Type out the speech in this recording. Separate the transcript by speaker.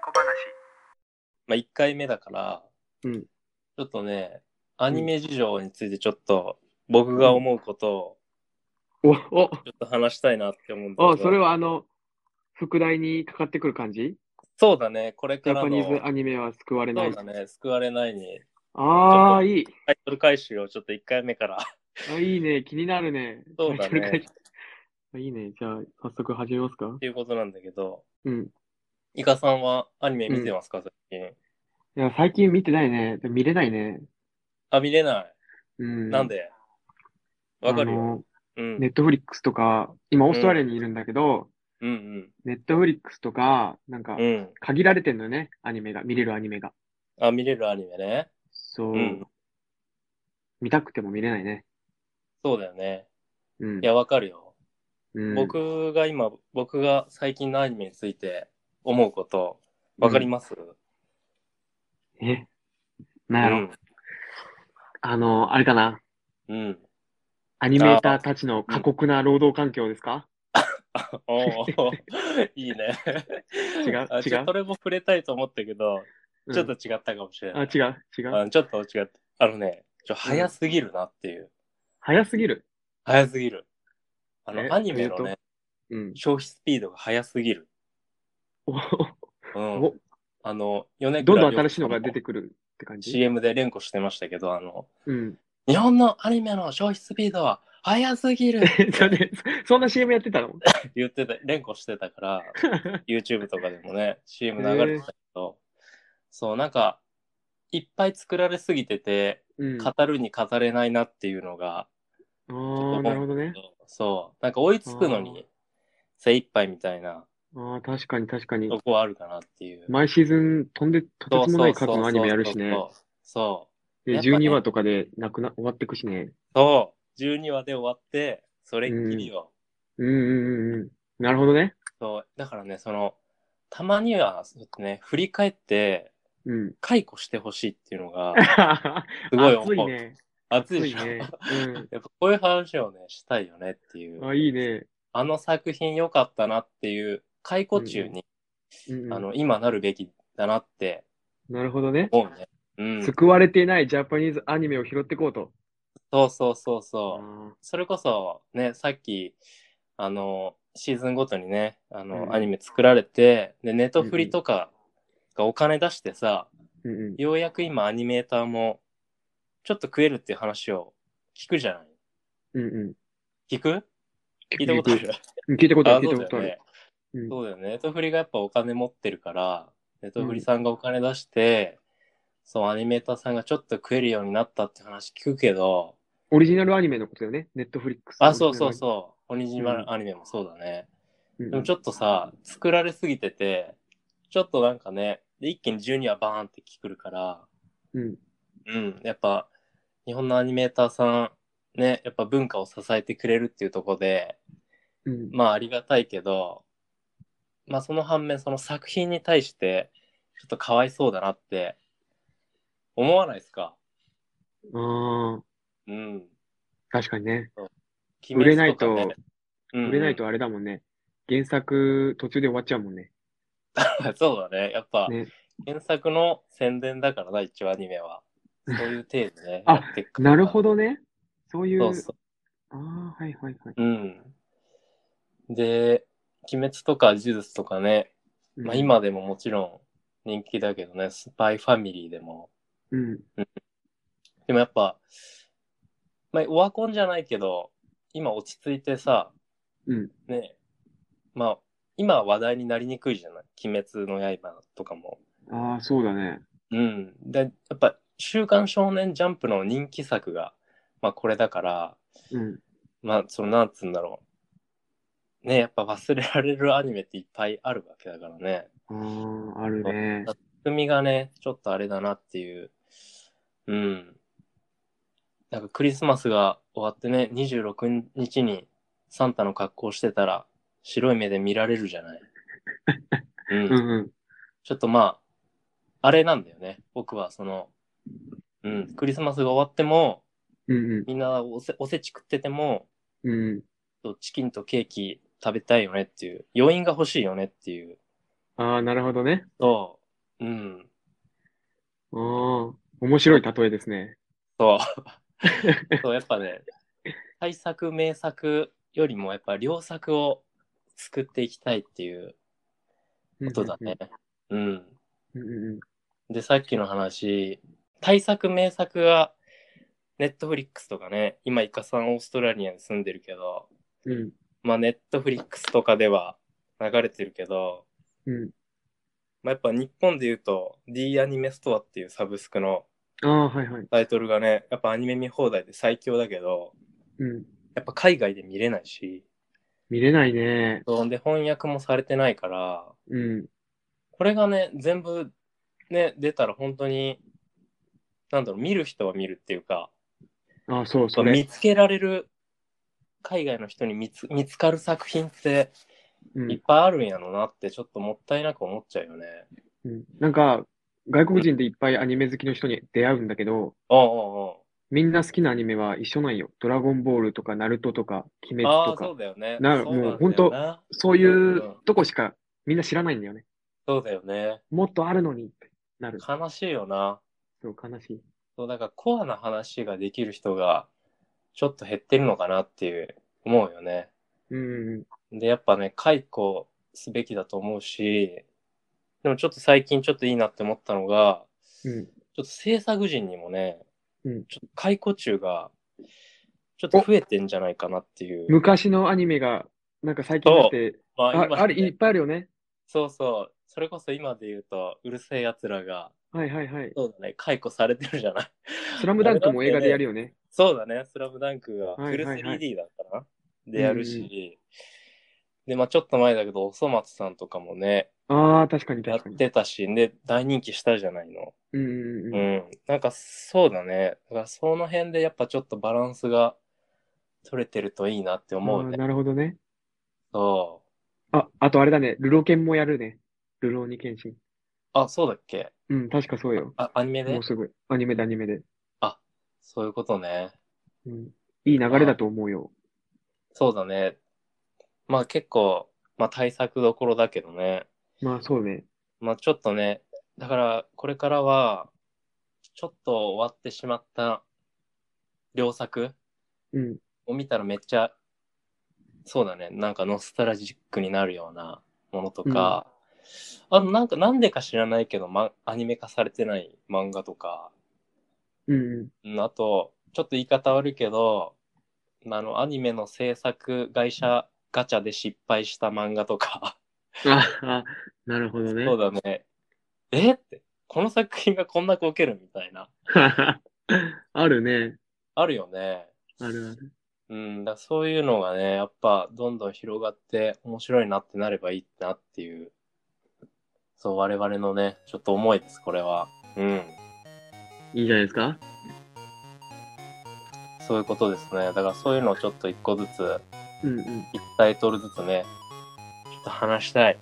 Speaker 1: 小話
Speaker 2: まあ、1回目だから、
Speaker 3: うん
Speaker 2: ちょっとね、アニメ事情についてちょっと、僕が思うことを、
Speaker 3: お、お、
Speaker 2: ちょっと話したいなって思うんだけど、
Speaker 3: お、それはあの、副題にかかってくる感じ
Speaker 2: そうだね、これ
Speaker 3: ジ
Speaker 2: か
Speaker 3: ャ
Speaker 2: ら
Speaker 3: パ
Speaker 2: の、
Speaker 3: ニーズアニメは救われな
Speaker 2: そ。
Speaker 3: いう
Speaker 2: だね、救われないに、
Speaker 3: ああ、いい。
Speaker 2: タイトル回収をちょっと1回 目から、
Speaker 3: あいいね。気になるね。
Speaker 2: そう
Speaker 3: タイ
Speaker 2: だね
Speaker 3: トル書いて あいいね。じゃあ、早速始めますか
Speaker 2: っ。ていうことなんだけど、
Speaker 3: うん。
Speaker 2: イカさんはアニメ見てますか、最近。
Speaker 3: いや、最近見てないね。見れないね。
Speaker 2: あ、見れない。
Speaker 3: うん。
Speaker 2: なんでわかるよ。う
Speaker 3: あ
Speaker 2: ん
Speaker 3: の。ネットフリックスとか、今、オーストラリアにいるんだけど、
Speaker 2: うん
Speaker 3: ネットフリックスとか、なんか
Speaker 2: うん。、うん。
Speaker 3: 限られてんのよね。アニメが。見れるアニメが。
Speaker 2: あ、見れるアニメね。
Speaker 3: そう。
Speaker 2: うん
Speaker 3: 見たくても見れないね。
Speaker 2: そうだよね。
Speaker 3: うん。
Speaker 2: いや、わかるよ。
Speaker 3: うん、
Speaker 2: 僕が今、僕が最近のアニメについて思うこと、わかります、
Speaker 3: え
Speaker 2: う
Speaker 3: なんやろ、
Speaker 2: ん、
Speaker 3: あの、あれかな。
Speaker 2: うん。
Speaker 3: アニメーターたちの過酷な労働環境ですか
Speaker 2: おお、 いいね。
Speaker 3: 違う
Speaker 2: あちょ
Speaker 3: 違う
Speaker 2: それも触れたいと思ったけど、ちょっと、違ったかもしれ
Speaker 3: うんあ、
Speaker 2: ない。
Speaker 3: 違う、違う。
Speaker 2: あちょっと違った。あのね、ちょ早すぎるなっていう。
Speaker 3: 早すぎる。
Speaker 2: 早すぎる。あ
Speaker 3: え
Speaker 2: の、アニメの
Speaker 3: とい
Speaker 2: ね、
Speaker 3: うん。
Speaker 2: 消費スピードが早すぎる。
Speaker 3: お
Speaker 2: うん
Speaker 3: お。
Speaker 2: あの、米
Speaker 3: どんど
Speaker 2: 倉涼
Speaker 3: ん
Speaker 2: 子
Speaker 3: 新しいのが出てくるって感じ。
Speaker 2: CM で連呼してましたけど、あの、
Speaker 3: うん。
Speaker 2: 日本のアニメの消費スピードは早す ぎるっ
Speaker 3: えだねそんな CM やってたの
Speaker 2: て言ってた、連呼してた から、YouTube とかでもね、CM 流れてたけど、そう、なんか、いっぱい作られすぎてて、
Speaker 3: うん。あ
Speaker 2: 語るに語れないなっていうのが、
Speaker 3: あー、なるほどね。
Speaker 2: そう、なんか追いつくのに精一杯みたいな
Speaker 3: ああ、確かに確かに。
Speaker 2: とこはあるかなっていう。
Speaker 3: 毎シーズン飛んで、とて
Speaker 2: そう
Speaker 3: つもない数のアニメやるしね。
Speaker 2: そうそうそう。
Speaker 3: で、
Speaker 2: やっぱね
Speaker 3: 12話とかでなくな、終わってくしね。
Speaker 2: そう。12話で終わって、それっきりよ。
Speaker 3: うんうんうんうん。なるほどね。
Speaker 2: そう。だからね、その、たまには、ちょっとね、振り返って、
Speaker 3: うん。
Speaker 2: 解雇してほしいっていうのが、
Speaker 3: す
Speaker 2: す ごい
Speaker 3: 熱い
Speaker 2: 思う。
Speaker 3: ね。
Speaker 2: 熱
Speaker 3: 熱
Speaker 2: いで
Speaker 3: い
Speaker 2: しょ。
Speaker 3: ね。
Speaker 2: やっぱこういう話をね、したいよねってい
Speaker 3: うん。あ、
Speaker 2: う。
Speaker 3: いいね。
Speaker 2: あの作品良かったなっていう、解雇中に、
Speaker 3: うんうん
Speaker 2: あの、今なるべきだなって
Speaker 3: なるほどね。
Speaker 2: 思うね。うん。
Speaker 3: 救われていないジャパニーズアニメを拾ってこうと。
Speaker 2: そうそうそう
Speaker 3: あ
Speaker 2: そう。
Speaker 3: ー
Speaker 2: それこそ、ね、さっき、あの、シーズンごとにね、あの、
Speaker 3: うん
Speaker 2: アニメ作られて、で、ネトフリとかがお金出してさ、
Speaker 3: うんうん。
Speaker 2: ようやく今アニメーターも、ちょっと食えるっていう話を聞くじゃない
Speaker 3: うんうん。
Speaker 2: 聞く聞いたことある
Speaker 3: うん聞いたことあ
Speaker 2: あ、
Speaker 3: る、聞
Speaker 2: そ
Speaker 3: いうた
Speaker 2: だ
Speaker 3: ことある。
Speaker 2: よね。
Speaker 3: うん
Speaker 2: そうだよね。ネトフリがやっぱお金持ってるから、ネトフリさんがお金出して、そう、アニメーターさんがちょっと食えるようになったって話聞くけど、
Speaker 3: オリジナルアニメのことだよね、ネットフリックス。
Speaker 2: あ、そうそうそう。オリジナルアニメもそうだね。
Speaker 3: うん。
Speaker 2: でもちょっとさ、作られすぎてて、ちょっとなんかね、で一気に12話バーンって来るから、
Speaker 3: うん。
Speaker 2: うん、やっぱ、日本のアニメーターさん、ね、やっぱ文化を支えてくれるっていうところで、
Speaker 3: うん。
Speaker 2: まあありがたいけど、まあその反面、その作品に対して、ちょっとかわいそうだなって、思わないですか
Speaker 3: ああ、
Speaker 2: うん。
Speaker 3: 確かにね。売
Speaker 2: 鬼滅かね
Speaker 3: れないと、
Speaker 2: うん
Speaker 3: 売れないとあれだもんね。原作途中で終わっちゃうもんね。
Speaker 2: そうだね。やっぱ、
Speaker 3: ね。
Speaker 2: 原作の宣伝だからな、一応アニメは。そういう程度ね
Speaker 3: あ
Speaker 2: やってっから
Speaker 3: なるほ。どね。そうい
Speaker 2: そうう。そ
Speaker 3: ああ、はいはいはい。
Speaker 2: う。うん。で、鬼滅とか呪術とかね、まあ今でももちろん人気だけどね、スパイファミリーでも。
Speaker 3: うん。うん。
Speaker 2: でもやっぱ、まあ、オワコンじゃないけど、今落ち着いてさ、
Speaker 3: うん。
Speaker 2: ね、まあ、今は話題になりにくいじゃない鬼滅の刃とかも。
Speaker 3: ああ、そうだね。
Speaker 2: うん。で、やっぱ、週刊少年ジャンプの人気作が、まあこれだから、
Speaker 3: うん。
Speaker 2: まあ、その、なんつうんだろう。ね、やっぱ忘れられるアニメっていっぱいあるわけだからね。
Speaker 3: ああ、あるね。
Speaker 2: 仕組みがね、ちょっとあれだなっていう。うん。なんかクリスマスが終わってね、26日にサンタの格好してたら、白い目で見られるじゃない。う
Speaker 3: うん
Speaker 2: ん。
Speaker 3: うん。
Speaker 2: ちょっとまあ、あれなんだよね。僕はその、うん、クリスマスが終わっても、
Speaker 3: うん
Speaker 2: みんなおせおせち食ってても、
Speaker 3: うん。うん。
Speaker 2: チキンとケーキ食べたいよねっていう、余韻が欲しいよねっていう
Speaker 3: ああ、なるほどね。
Speaker 2: そう。うん。
Speaker 3: ああ、面白い例えですね。
Speaker 2: そう。 そう、やっぱね、対策、名作よりも、やっぱ良作を作っていきたいっていうことだね。うん。
Speaker 3: うんうんうん。
Speaker 2: で、さっきの話、対策、名作が、ネットフリックスとかね、今、イカさんオーストラリアに住んでるけど、
Speaker 3: うんうん。
Speaker 2: まあ、ネットフリックスとかでは流れてるけど、
Speaker 3: うん。
Speaker 2: まあ、やっぱ日本で言うと、D アニメストアっていうサブスクの
Speaker 3: ああ、はいはい。
Speaker 2: タイトルがね、やっぱアニメ見放題で最強だけど、
Speaker 3: うん。
Speaker 2: やっぱ海外で見れないし、
Speaker 3: 見れないね。
Speaker 2: そうで翻訳もされてないから、
Speaker 3: うん。
Speaker 2: これがね、全部ね、出たら本当に、なんだろう、見る人は見るっていうか、
Speaker 3: ああ、そう、そ
Speaker 2: 見
Speaker 3: れ。
Speaker 2: つけられる、海外の人に見つ見つかる作品って
Speaker 3: う
Speaker 2: いっ
Speaker 3: ん。
Speaker 2: ぱいあるんやろなって、ちょっともったいなく思っちゃうよね。
Speaker 3: うん。なんか、外国人でいっぱいアニメ好きの人に出会うんだけど、
Speaker 2: おうおうおう
Speaker 3: みんな好きなアニメは一緒なんよ。ドラゴンボールとか、ナルトとか、鬼滅
Speaker 2: あ
Speaker 3: と
Speaker 2: あ、そ
Speaker 3: か
Speaker 2: う、だよね。
Speaker 3: な
Speaker 2: そ
Speaker 3: も
Speaker 2: う
Speaker 3: う
Speaker 2: なんだよな
Speaker 3: そうい
Speaker 2: うんうん
Speaker 3: うとこしかみんな知らないんだよね。
Speaker 2: そうだよね。
Speaker 3: もっとあるのにってなる。
Speaker 2: 悲しいよな。
Speaker 3: そう、悲しい。
Speaker 2: そう、だからコアな話ができる人が、ちょっと減ってるのかなっていう、思うよね。
Speaker 3: うんうん。
Speaker 2: で、やっぱね、解雇すべきだと思うし、でもちょっと最近ちょっといいなって思ったのが、
Speaker 3: うん。
Speaker 2: ちょっと制作人にもね、
Speaker 3: うん
Speaker 2: ちょっと解雇中が、ちょっと増えてんじゃないかなっていう。
Speaker 3: 昔のアニメが、なんか最近だって、
Speaker 2: ま
Speaker 3: あ、
Speaker 2: 今
Speaker 3: あれいっぱいあるよね。
Speaker 2: そうそう。それこそ今で言うと、うるせえ奴らが、
Speaker 3: はいはいはい。
Speaker 2: そうだね、解雇されてるじゃない。
Speaker 3: スラムダンクも映画でやるよね。
Speaker 2: そうだね、スラムダンクが、
Speaker 3: は
Speaker 2: フ
Speaker 3: い
Speaker 2: ル
Speaker 3: はいはい
Speaker 2: 3D だったかな、でやるし、で、まあちょっと前だけど、おそ松さんとかもね、
Speaker 3: ああ、確かに
Speaker 2: やっ
Speaker 3: 確かに。
Speaker 2: てたし、で、大人気したじゃないの。
Speaker 3: うんうんうん
Speaker 2: う
Speaker 3: うん。
Speaker 2: ん。なんか、そうだね。だから、その辺でやっぱちょっとバランスが取れてるといいなって思う
Speaker 3: あ
Speaker 2: ね
Speaker 3: ー。なるほどね。
Speaker 2: そ
Speaker 3: あ、あとあれだね。ルロケンもやるね。ルローニケンシン。
Speaker 2: う。あ、そうだっけ
Speaker 3: うん、確かそうよ。
Speaker 2: あ、アニメ
Speaker 3: も
Speaker 2: で
Speaker 3: うすぐ。アニメでアニメで。
Speaker 2: そういうことね。
Speaker 3: うん。いい流れだと思うよ。
Speaker 2: そうだね。まあ結構、まあ対策どころだけどね。
Speaker 3: まあそうね。
Speaker 2: まあちょっとね、だからこれからは、ちょっと終わってしまった良作
Speaker 3: うん。
Speaker 2: を見たらめっちゃ、そうだね、なんかノスタルジックになるようなものとか、あとなんかなんでか知らないけど、ま、アニメ化されてない漫画とか、
Speaker 3: うんうん。
Speaker 2: うんあと、ちょっと言い方悪いけど、まああの、アニメの制作会社ガチャで失敗した漫画とか、
Speaker 3: ああ、なるほどね
Speaker 2: そう。だね、えって、この作品がこんな子受けるみたいな、
Speaker 3: あるね。
Speaker 2: あるよね。
Speaker 3: あるある。
Speaker 2: うん、だからそういうのがね、やっぱどんどん広がって面白いなってなればいいなっていう、そう我々のね、ちょっと思いです、これは。うん、
Speaker 3: いいんじゃないですか
Speaker 2: そういうことですね。だからそういうのをちょっと一個ずつ、
Speaker 3: うんうん。
Speaker 2: 一タイトルずつね、ちょっと話したい。